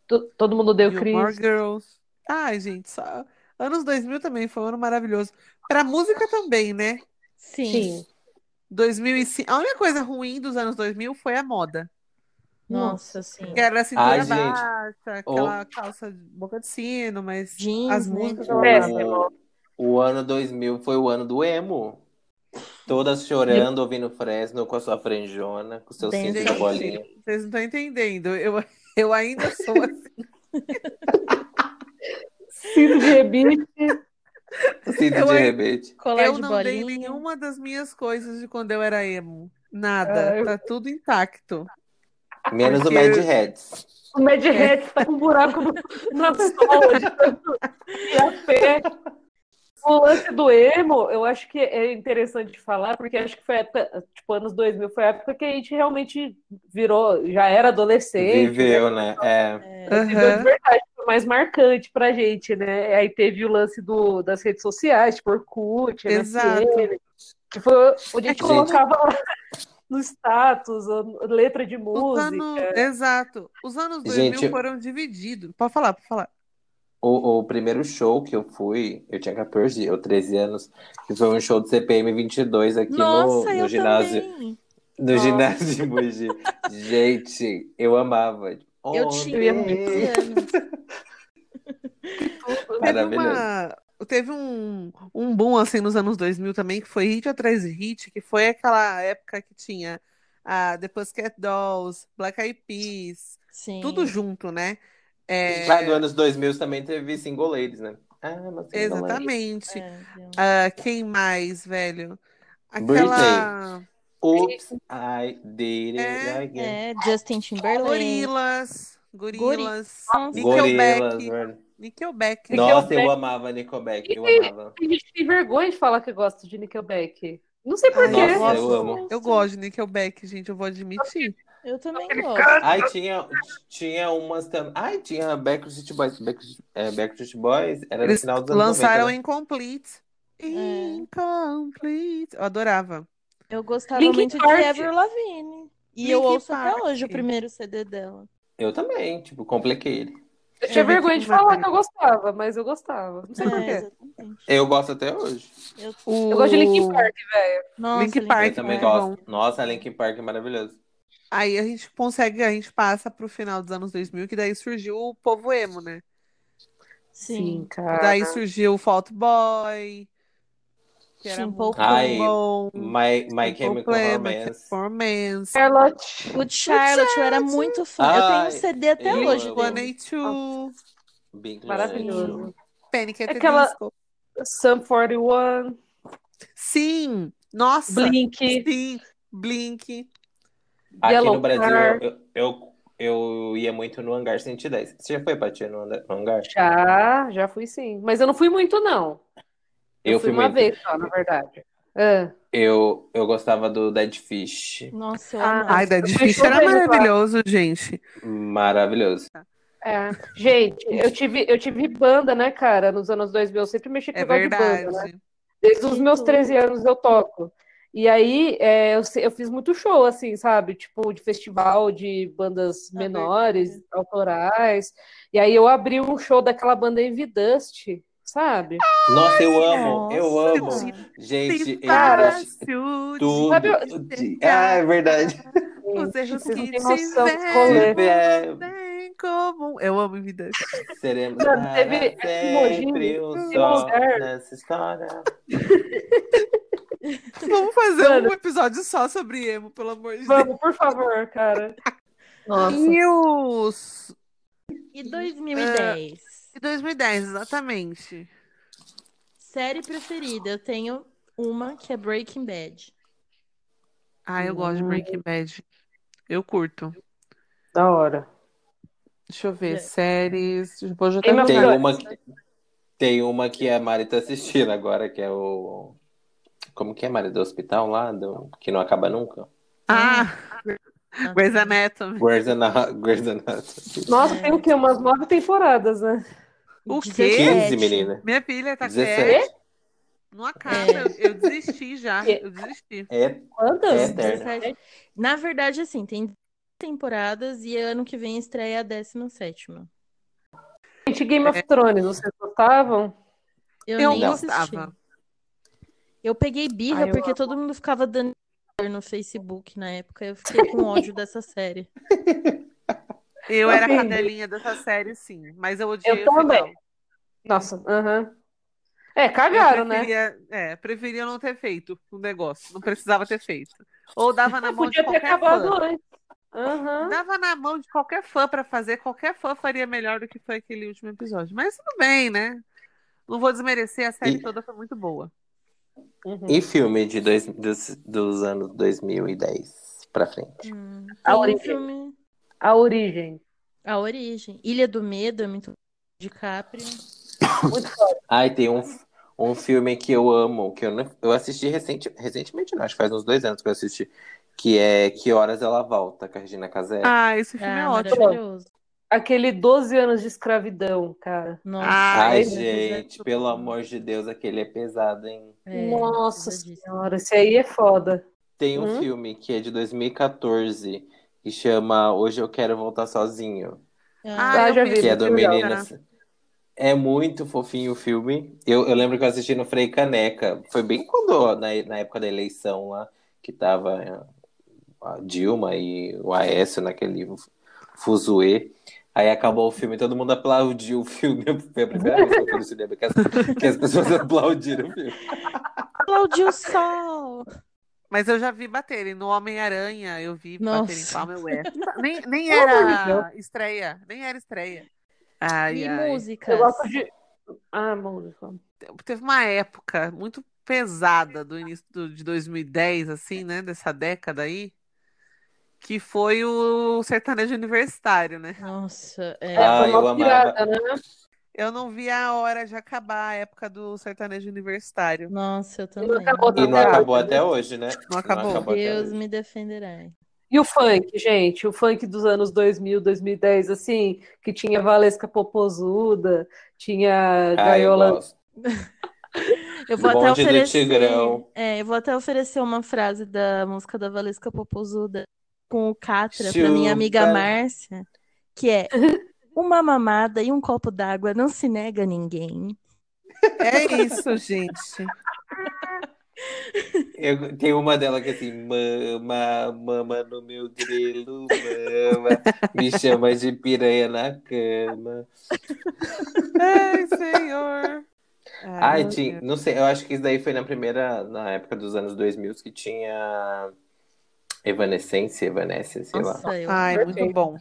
B: To- Todo mundo deu
A: Gilmore
B: Cris.
A: Girls. Ai, gente, só... anos 2000 também foi um ano maravilhoso. Pra música também, né?
D: Sim.
B: Sim.
A: 2005. A única coisa ruim dos anos 2000 foi a moda.
D: Nossa, sim.
A: Que era a cintura
C: Ai, gente.
A: baixa, aquela calça de boca de sino, mas
D: Jeans,
A: as
D: né?
A: músicas.
B: O- Péssimo.
C: O, o ano 2000 foi o ano do emo. Todas chorando, ouvindo Fresno com a sua franjona, com seu
D: Bem
C: cinto de
A: gente,
C: bolinha.
A: vocês não estão entendendo. Eu, eu ainda sou assim.
B: Cinto de rebite.
C: Cinto
A: Eu
C: de
A: ainda-
C: rebete.
D: Colar
A: Eu
D: de
A: não dei
D: bolinha.
A: nenhuma das minhas coisas de quando eu era emo. Nada.
B: Ah, eu-
A: Tá tudo intacto.
C: Menos o
A: Porque-
C: Mad Heads.
B: O Mad Hat tá com um buraco no, na sola. de tanto ir a pé. O lance do emo, eu acho que é interessante de falar, porque acho que foi a época, tipo, anos 2000, foi a época que a gente realmente virou, já era adolescente,
C: Viveu, né? É.
B: Viveu de
A: Aham.
B: verdade, foi mais marcante pra gente, né? Aí teve o lance do, das redes sociais, tipo Orkut, MSN,
A: Exato.
B: Tipo, onde a gente
C: Gente.
B: colocava lá no status, a letra de
A: Os
B: música.
A: anos, exato. Os anos 2000
C: Gente, eu-
A: foram divididos. Pode falar, pode falar.
C: O, o primeiro show que eu fui, eu tinha 14 ou 13 anos, que foi um show do CPM 22 aqui
D: Nossa,
C: no,
D: eu
C: no ginásio.
D: também.
C: No ginásio de Mogi. Gente, eu amava. é?
D: Eu
C: Ontem-
D: tinha 15 anos.
A: Teve,
C: Maravilhoso.
A: uma, teve um, um boom assim nos anos 2000 também, que foi hit atrás de hit, que foi aquela época que tinha a The Pussycat Dolls, Black Eyed Peas,
D: Sim.
A: tudo junto, né? É,
C: Lá no anos 2000 também teve single ladies, né? Ah, mas single ladies.
A: exatamente.
D: É, viu?
A: Ah, quem mais, velho?
C: Britney.
A: Aquela
C: Oops, I did it
A: É,
C: again.
D: É, Justin Timberlake.
A: Gorilas, Gorilas,
D: Nossa.
C: Gorilas,
A: Nickelback,
C: velho.
A: Nickelback.
C: Nossa, eu amava Nickelback, eu amava.
B: A gente tem vergonha de falar que gosta de Nickelback. Não sei por
A: Ai,
B: quê.
C: Ah, Nossa, eu
A: Nossa.
C: amo.
A: Eu gosto de Nickelback, gente, eu vou admitir.
D: Eu também gosto.
C: Ai, tinha, tinha umas também. Ai, tinha Backstreet Boys. Backstreet, é, Backstreet Boys era no
A: Eles
C: final dos anos
A: lançaram
C: 90, né?
A: Incomplete.
B: É.
A: Incomplete. Eu adorava.
D: Eu gostava
B: Linkin
D: muito
B: Park.
D: de Avril Lavigne. E eu
A: Linkin
D: ouço até
A: Park.
D: hoje o primeiro CD dela.
C: Eu também, tipo, compliquei ele.
B: Eu tinha
A: Eu vi
B: vergonha
A: que
B: de
A: vai
B: falar
A: ter.
B: que eu gostava, mas eu gostava. Não sei por
D: É,
B: quê.
D: exatamente.
C: Eu gosto até hoje.
D: Eu-
A: O...
B: Eu gosto de Linkin Park, velho.
D: Nossa,
A: Link Park,
C: eu também
A: é
C: gosto. Nossa, Linkin Park é maravilhoso.
A: Aí a gente consegue, a gente passa pro final dos anos 2000, que daí surgiu o povo emo, né?
D: Sim.
C: Ah,
B: cara.
A: Daí surgiu o Fault Boy, que era
D: Simple
A: muito
C: Plan.
A: bom.
C: My, My
A: Simple
C: Chemical
A: Plan, My
C: Romance.
A: Chemical Romance.
B: Charlotte.
D: O Charlotte, eu era muito fã. eu tenho
C: Ai, é
D: um CD até
C: eu
D: hoje.
C: amo.
D: dele.
A: Blink 182,
C: Big
B: Maravilhoso.
A: Panic at the
B: Aquela-
A: Disco.
B: Sum 41,
A: Sim! Nossa!
B: Blink.
A: Sim! Blink.
C: Aqui
B: Yellow
C: no Brasil,
B: Car.
C: eu, eu, eu ia muito no Hangar 110. Você já foi, Paty, no Hangar- no Hangar?
B: Já, já fui sim. Mas eu não fui muito, não. Eu, fui, uma
C: muito.
B: vez só, na verdade. Ah,
C: Eu, eu gostava do Dead Fish.
D: Nossa, eu
B: Ah,
D: amava.
A: Ai, Dead Fish era
B: chovendo lá.
A: maravilhoso, gente.
C: Maravilhoso.
B: é. Gente, eu tive, eu tive banda, né, cara? Nos anos 2000, eu sempre mexi com
A: É
B: o negócio de
A: verdade.
B: banda, né? Desde os meus 13 anos eu toco. E aí, é, eu, se- eu fiz muito show, assim, sabe? Tipo, de festival, de bandas
D: Ah,
B: menores, autorais. E aí eu abri um show daquela banda Envy Dust, sabe?
C: Nossa, eu amo, eu
D: nossa.
C: amo.
D: Sim,
C: Gente,
A: Sim,
C: eu
A: para,
C: acho
A: Suzy.
C: tudo.
B: Sabe,
C: Ah, é verdade.
A: Os erros
B: Vocês não
A: que
B: têm noção dos
A: tivemos.
B: rolês.
A: é.
C: Sempre,
A: Tem como. Eu amo vida.
C: seremos
B: Mano,
C: para
B: teve- teve
C: sempre
B: Mogi,
C: um
B: teve
C: só
B: lugar.
C: nessa história.
A: Vamos fazer
B: Mano.
A: um episódio só sobre emo, pelo amor de Deus.
B: Vamos, por favor, cara. Nossa.
A: E os...
D: E 2010.
A: de 2010, exatamente.
D: Série preferida, eu tenho uma que é Breaking Bad.
A: Ah, eu gosto de Breaking Bad. Eu curto.
B: Da hora.
A: Deixa eu ver,
D: É.
A: séries. Vou jogar
B: Tem uma-
C: Tem
B: Adoro.
C: uma, que- tem uma que a Mari tá assistindo agora, que é o. Como que é, Mari? Do hospital lá? do- Que não acaba nunca?
A: Ah, Grey's Anatomy.
C: Grey's Ana- Grey's Anatomy.
B: Nossa, tem o quê? Umas nove temporadas, né?
A: O quê?
C: 15, menina.
A: Minha filha tá querendo.
C: 17.
A: Não acaba. Eu, eu desisti já.
B: É.
A: Eu desisti.
C: É, É
B: Quantas?
C: eterno.
D: Na verdade, assim, tem temporadas e ano que vem estreia a 17.
B: Gente, Game of Thrones, vocês gostavam?
D: Eu,
A: Eu
D: nem
A: gostava.
D: assisti. Eu peguei birra
B: Ai, eu
D: porque todo mundo ficava dando no Facebook na época. Eu fiquei com ódio dessa série.
A: Eu era a
B: Entendi.
A: cadelinha dessa série, sim. Mas eu odiei
B: assim, Eu
A: o final.
B: também. Nossa, aham. É, cagaram,
A: Eu
B: né?
A: preferia, É, preferia não ter feito o negócio. Não precisava ter feito. Ou dava na mão de
B: Podia ter
A: qualquer
B: acabado
A: fã.
B: antes. Aham.
A: Dava na mão de qualquer fã pra fazer. Qualquer fã faria melhor do que foi aquele último episódio. Mas tudo bem, né? Não vou desmerecer, a série
C: E-
A: toda foi muito boa.
B: Uhum.
C: e filme de dois, dos, dos anos 2010 pra frente.
D: Hum,
B: A
D: tem um
B: origem.
D: filme.
B: A origem.
D: A origem. Ilha do Medo é muito de Caprio.
C: Ai, tem um, um filme que eu amo, que eu, não- eu assisti recente, recentemente, não, acho que faz uns dois anos que eu assisti, que é Que Horas Ela Volta, com a Regina Casé.
A: Ah, esse filme é
D: Ah,
A: ótimo.
D: maravilhoso.
B: Aquele 12 anos de escravidão, cara.
D: Nossa,
A: Ah,
C: Ai,
A: esse
C: gente,
A: é-
C: pelo amor de Deus, aquele é pesado, hein?
D: é,
B: Nossa
D: precisa disso.
B: senhora, esse aí é foda.
C: Tem um
B: Hum?
A: Uhum.
C: filme que é de 2014 que chama Hoje Eu Quero Voltar Sozinho,
A: Ah,
B: Ah,
A: eu
B: já
A: vi.
B: vi.
C: que é
B: Esse
C: do
B: filme é legal.
A: né?
C: menino. É muito fofinho o filme. Eu, eu lembro que eu assisti no Frei Caneca. Foi bem quando, na, na época da eleição lá, que tava é, a Dilma e o Aécio naquele fuzuê. Aí acabou o filme, todo mundo aplaudiu o filme. Foi a primeira vez que eu fui no cinema que as, que as pessoas aplaudiram o filme.
D: Aplaudiu o sol.
A: Mas eu já vi baterem no Homem-Aranha, eu vi baterem
D: Nossa.
A: palma, eu é. Nem, nem
B: amor
A: era estreia, nem era estreia. Ai,
D: e
A: ai.
D: músicas.
B: Eu gosto de. Ah, música.
A: Teve uma época muito pesada do início do- de 2010, assim, né, dessa década aí, que foi o sertanejo universitário, né?
D: Nossa, é.
B: É,
C: Ah,
B: foi uma
C: eu amava.
B: pirada, né?
A: Eu não vi a hora de acabar a época do sertanejo universitário.
D: Nossa, eu
B: E
D: também.
B: não acabou
C: E não
B: até
C: acabou
B: hoje.
C: até hoje, né?
A: Ah, é. Não acabou.
C: até
D: Deus
C: hoje.
D: me defenderá.
B: E o funk, gente? O funk dos anos 2000, 2010, assim, que tinha Valesca Popozuda, tinha
C: Ah, eu
B: Gaiola.
C: gosto.
D: Eu vou
C: Do
D: até
C: Bonde do
D: oferecer.
C: Tigrão.
D: É, eu vou até oferecer uma frase da música da Valesca Popozuda com o Catra pra
C: Chupa.
D: minha amiga Márcia, que é Uma mamada e um copo d'água não se nega a ninguém.
A: É isso, gente.
C: Eu, tem uma dela que é assim, mama, mama no meu grelo, mama, me chama de piranha na cama.
A: Ai, senhor.
C: Ai,
A: meu
C: tinha,
A: Deus.
C: não sei, eu acho que isso daí foi na primeira, na época dos anos 2000 que tinha Evanescence, Evanescence, sei lá.
D: Nossa, eu.
A: Ai, muito
B: Perfeito.
A: bom.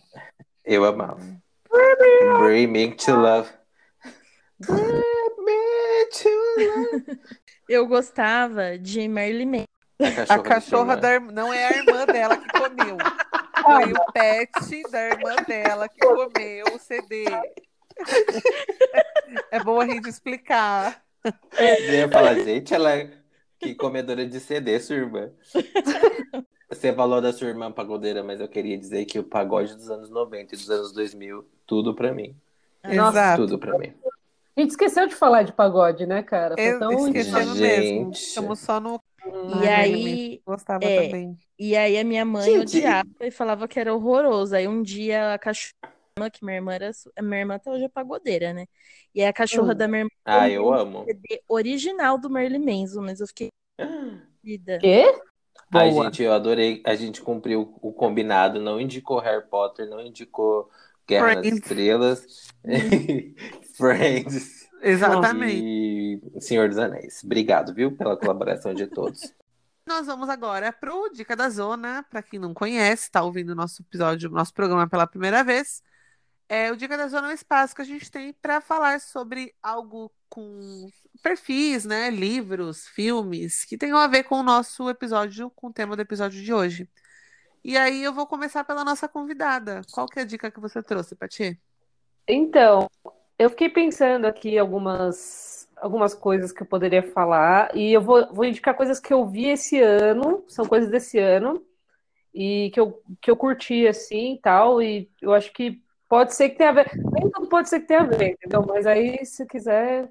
C: Eu amava. Bring me to love. Bring me to
D: eu gostava de Marilyn Manson.
C: love.
A: A cachorra da irmã. Não é a irmã dela que comeu. Foi o pet da irmã dela que comeu o CD. É bom a gente explicar.
C: Eu ia falar, gente, ela é que comedora de CD, sua irmã. Você falou da sua irmã pagodeira, mas eu queria dizer que o pagode dos anos 90 e dos anos 2000, tudo pra mim.
B: Nossa,
A: Exato.
C: Tudo pra mim.
B: A gente esqueceu de falar de pagode, né, cara? Foi
A: Eu-
B: tão
A: Esquecendo
C: Gente.
A: mesmo. Estamos só no. Ai,
D: E aí,
A: Marilyn Manson, Gostava
D: é,
A: também.
D: E aí a minha mãe
C: Gente.
D: odiava e falava que era horroroso. Aí um dia a cachorra, que minha irmã era, su- minha irmã até hoje é pagodeira, né? E aí a cachorra
B: Hum.
D: da minha irmã
C: Ah, eu amo.
D: CD original do Merlin Manson, mas eu fiquei vida.
B: Quê?
C: Ai,
A: Boa.
C: gente, eu adorei. A gente cumpriu o combinado, não indicou Harry Potter, não indicou Guerra nas
A: Friends.
C: Estrelas, Friends
A: Exatamente.
C: e Senhor dos Anéis. Obrigado, viu, pela colaboração de todos.
A: Nós vamos agora pro Dica da Zona. Para quem não conhece, está ouvindo o nosso episódio, o nosso programa pela primeira vez. É, o Dica da Zona é um espaço que a gente tem para falar sobre algo com perfis, né? Livros, filmes, que tenham a ver com o nosso episódio, com o tema do episódio de hoje. E aí eu vou começar pela nossa convidada. Qual que é a dica que você trouxe, Pati?
B: Então, eu fiquei pensando aqui algumas, algumas coisas que eu poderia falar, e eu vou, vou indicar coisas que eu vi esse ano, são coisas desse ano, e que eu, que eu curti assim e tal, e eu acho que pode ser que tenha a ver. Nem tudo pode ser que tenha a ver, entendeu? Mas aí, se quiser.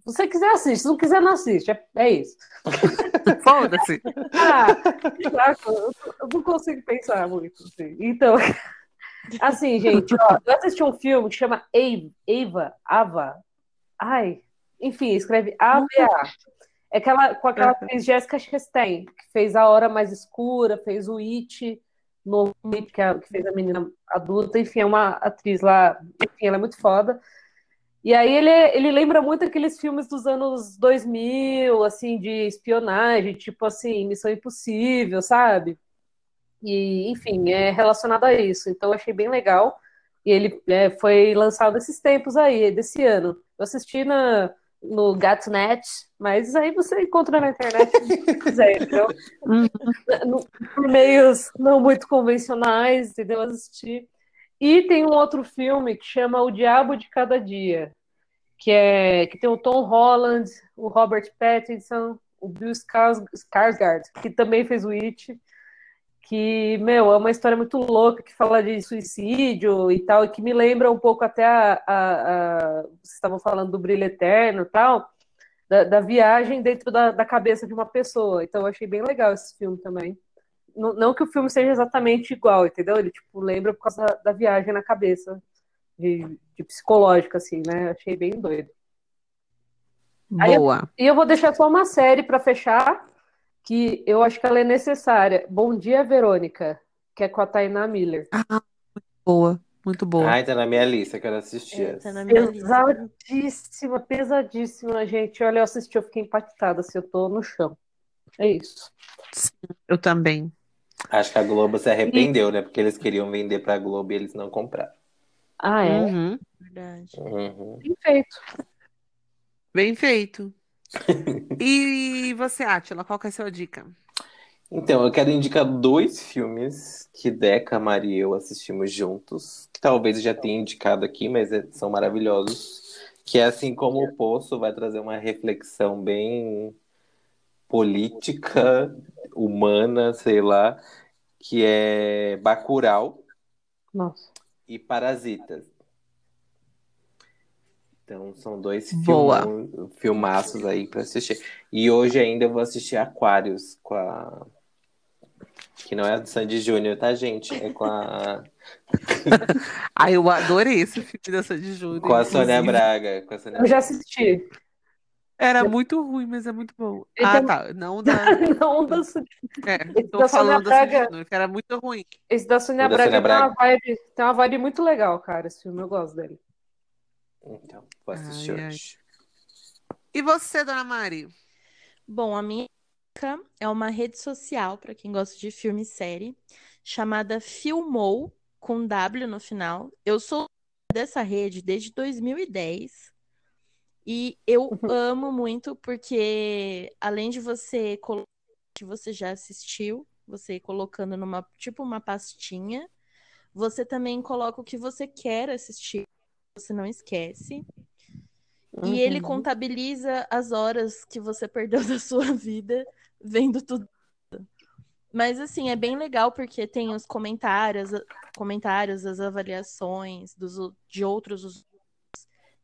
B: Se você quiser, assiste. Se não quiser, não assiste. É, é isso.
A: Foda-se!
B: Ah, saco, eu, eu não consigo pensar muito, assim. Então, assim, gente, ó, eu assisti um filme que chama Eva, Eva, Ava. Ai, enfim, escreve AVA. É aquela, com aquela atriz Jessica Chastain, que fez A Hora Mais Escura, fez o It, no It, que, é- que fez a menina adulta, enfim, é uma atriz lá, enfim, ela é muito foda. E aí ele, é- ele lembra muito aqueles filmes dos anos 2000, assim, de espionagem, tipo assim, Missão Impossível, sabe? E, enfim, é relacionado a isso. Então, eu achei bem legal. E ele é, foi lançado esses tempos aí, desse ano. Eu assisti na, no Gatnet, mas aí você encontra na internet se você quiser, entendeu? No- por meios não muito convencionais, entendeu? Assisti. E tem um outro filme que chama O Diabo de Cada Dia, que é que tem o Tom Holland, o Robert Pattinson, o Bill Skars- Skarsgård, que também fez o It que, meu, é uma história muito louca que fala de suicídio e tal, e que me lembra um pouco até a, a- a- vocês estavam falando do brilho eterno e tal, da, da viagem dentro da, da cabeça de uma pessoa. Então eu achei bem legal esse filme também. Não, não que o filme seja exatamente igual, entendeu? Ele, tipo, lembra por causa da, da viagem na cabeça, de, de psicológica, assim, né? Achei bem doido. Aí eu-
A: Boa.
B: E eu vou deixar só uma série para fechar, que eu acho que ela é necessária. Bom Dia, Verônica, que é com a Tainá Miller.
A: Boa. Muito boa.
C: Ai, tá na minha lista, quero assistir.
D: É, tá na minha lista.
B: Pesadíssima, pesadíssima, gente. Olha, eu assisti, eu fiquei impactada, assim, eu tô no chão. É isso.
A: Eu também.
C: Acho que a Globo se arrependeu, né? Porque eles queriam vender pra Globo e eles não compraram.
B: Ah, é?
A: Uhum.
D: Verdade.
C: Uhum.
B: Bem feito.
A: Bem feito. E você, Átila, qual que é a sua dica?
C: Então, eu quero indicar dois filmes que Deca, Maria e eu assistimos juntos. Que talvez eu já tenha indicado aqui, mas é- são maravilhosos. Que é assim como o Poço vai trazer uma reflexão bem política, humana, sei lá. Que é Bacurau
B: Nossa.
C: e Parasitas. Então são dois
A: Boa.
C: filmão- filmaços aí pra assistir. E hoje ainda eu vou assistir Aquários com a Que não é a do Sandy Júnior, tá, gente? É com a,
A: Ai, Ah, eu adorei esse filme da Sandy Júnior.
C: com a
A: inclusive.
C: Sônia Braga. Com a Sônia
B: Eu já assisti.
A: Era muito ruim, mas é muito bom.
B: Ele
A: ah,
B: tem-
A: tá. Não da.
B: Não, um da Su-
A: É,
B: Esse
A: tô
B: da Sônia
A: falando da
B: Braga.
A: Sandy Júnior, que era muito ruim.
B: esse da Sônia
C: O da
B: Braga,
C: Sônia
B: Tem,
C: Braga.
B: uma vibe, tem uma vibe muito legal, cara, esse filme. Eu gosto dele.
C: Braga. Então, vou assistir
A: Ai, ai.
C: hoje.
A: E você, dona Mari?
D: Bom, a minha dica é uma rede social para quem gosta de filme e série, chamada Filmou, com W no final. Eu sou dessa rede desde 2010 e eu amo muito porque além de você colocar o que você já assistiu, você ir colocando numa tipo uma pastinha, você também coloca o que você quer assistir, você não esquece. E ele
B: Uhum.
D: contabiliza as horas que você perdeu da sua vida vendo tudo. Mas assim, é bem legal porque tem os comentários, comentários, as avaliações dos, o- de outros usuários.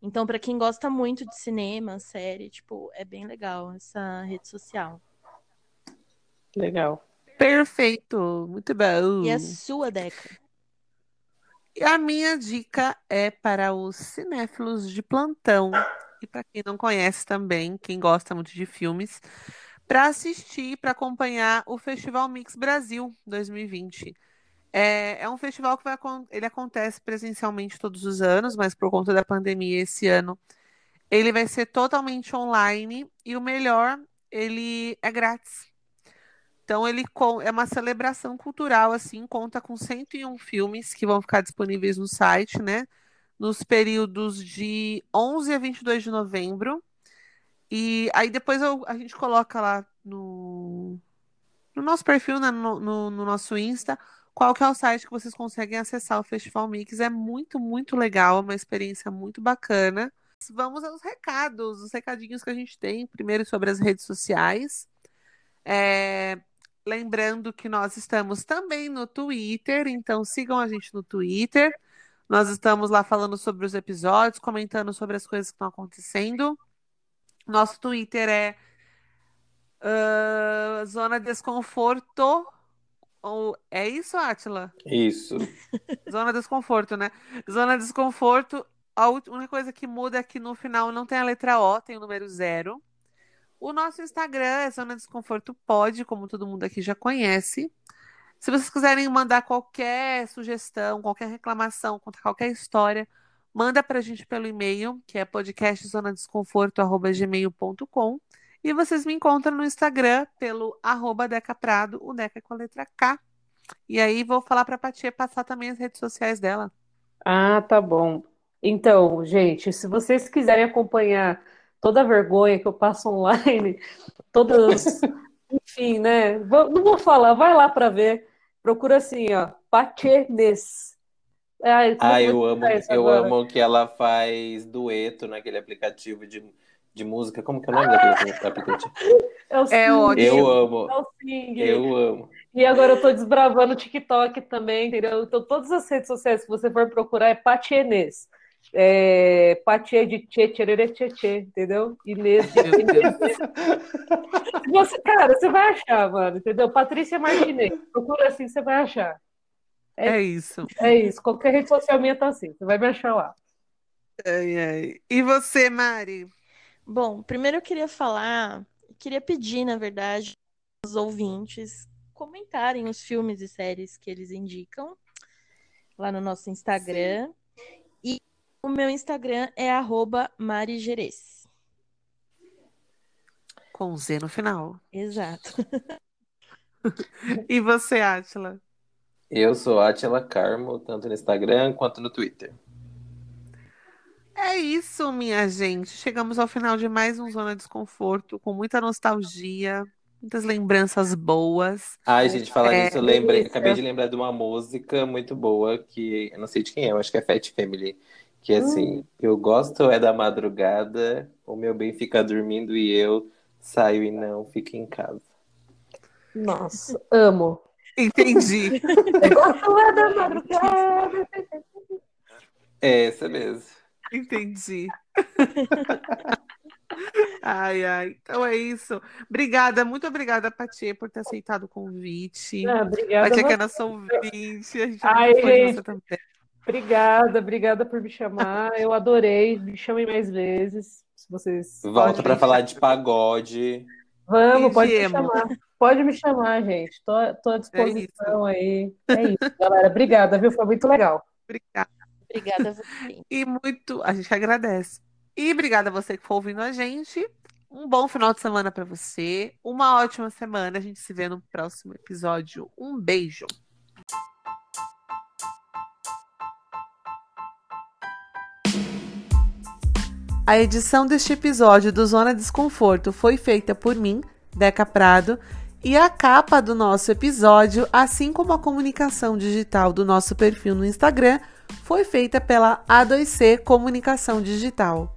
D: Então, pra quem gosta muito de cinema, série, tipo, é bem legal essa rede social.
B: Legal.
A: Perfeito, muito bom.
D: E a sua Deca?
A: E a minha dica é para os cinéfilos de plantão e para quem não conhece também, quem gosta muito de filmes, para assistir, para acompanhar o Festival Mix Brasil 2020. É, é um festival que vai, acon- ele acontece presencialmente todos os anos, mas por conta da pandemia esse ano, ele vai ser totalmente online e o melhor, ele é grátis. Então ele con- é uma celebração cultural assim, conta com 101 filmes que vão ficar disponíveis no site, né? Nos períodos de 11 a 22 de novembro. E aí depois eu- a gente coloca lá no, no nosso perfil, né, no, no- no nosso Insta, qual que é o site que vocês conseguem acessar o Festival Mix. É muito, muito legal, é uma experiência muito bacana. Vamos aos recados, os recadinhos que a gente tem, primeiro sobre as redes sociais. É, Lembrando que nós estamos também no Twitter, então sigam a gente no Twitter. Nós estamos lá falando sobre os episódios, comentando sobre as coisas que estão acontecendo. Nosso Twitter é ah, Zona Desconforto. Ou, é isso, Átila?
C: Isso.
A: Zona Desconforto, né? Zona Desconforto. A ú- única coisa que muda é que no final não tem a letra O, tem o número zero. O nosso Instagram é Zona Desconforto Pode, como todo mundo aqui já conhece. Se vocês quiserem mandar qualquer sugestão, qualquer reclamação, contar qualquer história, manda pra gente pelo e-mail, que é podcastzonadesconforto.gmail.com. E vocês me encontram no Instagram pelo arroba Deca Prado, o Deca com a letra K. E aí vou falar pra Patia passar também as redes sociais dela.
B: Ah, tá bom. Então, gente, se vocês quiserem acompanhar toda a vergonha que eu passo online, todas, enfim, né? Vou- Não vou falar, vai lá pra ver. Procura assim, ó, Pachenes. Ai, como
C: Ah,
B: é que
C: eu amo,
B: tá isso
C: eu
B: agora?
C: amo que ela faz dueto naquele aplicativo de, de música. Como que é o nome daquele aplicativo?
B: É o
A: É
B: Sing,
A: ótimo.
C: Eu amo,
B: é o Sing.
C: eu amo.
B: E agora eu tô desbravando o TikTok também, entendeu? Então, todas as redes sociais que você for procurar é Paty Enês. É, Paty é de tchê, tchererê, tchê, tchê, entendeu? Inês de
A: Meu Deus.
B: Você, cara, você vai achar, mano, entendeu? Patrícia Martinez, procura assim, você vai achar.
A: É isso.
B: É isso, qualquer rede social minha tá assim, você vai me achar lá.
A: Ai, ai. E você, Mari?
D: Bom, primeiro eu queria falar, queria pedir, na verdade, aos ouvintes comentarem os filmes e séries que eles indicam lá no nosso Instagram. E o meu Instagram é arroba marigeres.
A: Com um Z no final.
D: Exato.
A: E você, Átila?
C: Eu sou Atila Carmo, tanto no Instagram quanto no Twitter.
A: É isso, minha gente. Chegamos ao final de mais um Zona Desconforto, com muita nostalgia, muitas lembranças boas.
C: Ai, gente, falar
A: É,
C: nisso, eu lembrei,
B: delícia.
C: acabei de lembrar de uma música muito boa que eu não sei de quem é, eu acho que é Fat Family. Que assim,
A: Hum.
C: eu gosto é da madrugada, o meu bem fica dormindo e eu saio e não fico em casa.
B: Nossa, amo.
A: Entendi.
B: Gosto é da madrugada.
C: É essa mesmo.
A: Entendi. Ai, ai. Então é isso. Obrigada, muito obrigada, Patê, por ter aceitado o convite.
B: Ah, obrigada.
A: Patê,
B: a
A: que é
B: você.
A: nossa ouvinte. A gente
B: Ai,
A: muito fã de você
B: gente.
A: também.
B: Obrigada, obrigada por me chamar. Eu adorei. Me chamem mais vezes, se vocês.
C: Volta
A: Pode
C: pra
A: deixar.
C: falar de pagode.
B: Vamos, pode me
A: Gemo.
B: chamar. Pode me chamar, gente. Tô, tô à
A: É
B: disposição
A: isso.
B: aí. É isso, galera. Obrigada, viu? Foi muito legal.
A: Obrigada.
D: Obrigada a você.
A: E muito. A gente que agradece. E obrigada a você que for ouvindo a gente. Um bom final de semana pra você. Uma ótima semana. A gente se vê no próximo episódio. Um beijo. A edição deste episódio do Zona Desconforto foi feita por mim, Deca Prado, e a capa do nosso episódio, assim como a comunicação digital do nosso perfil no Instagram, foi feita pela A2C Comunicação Digital.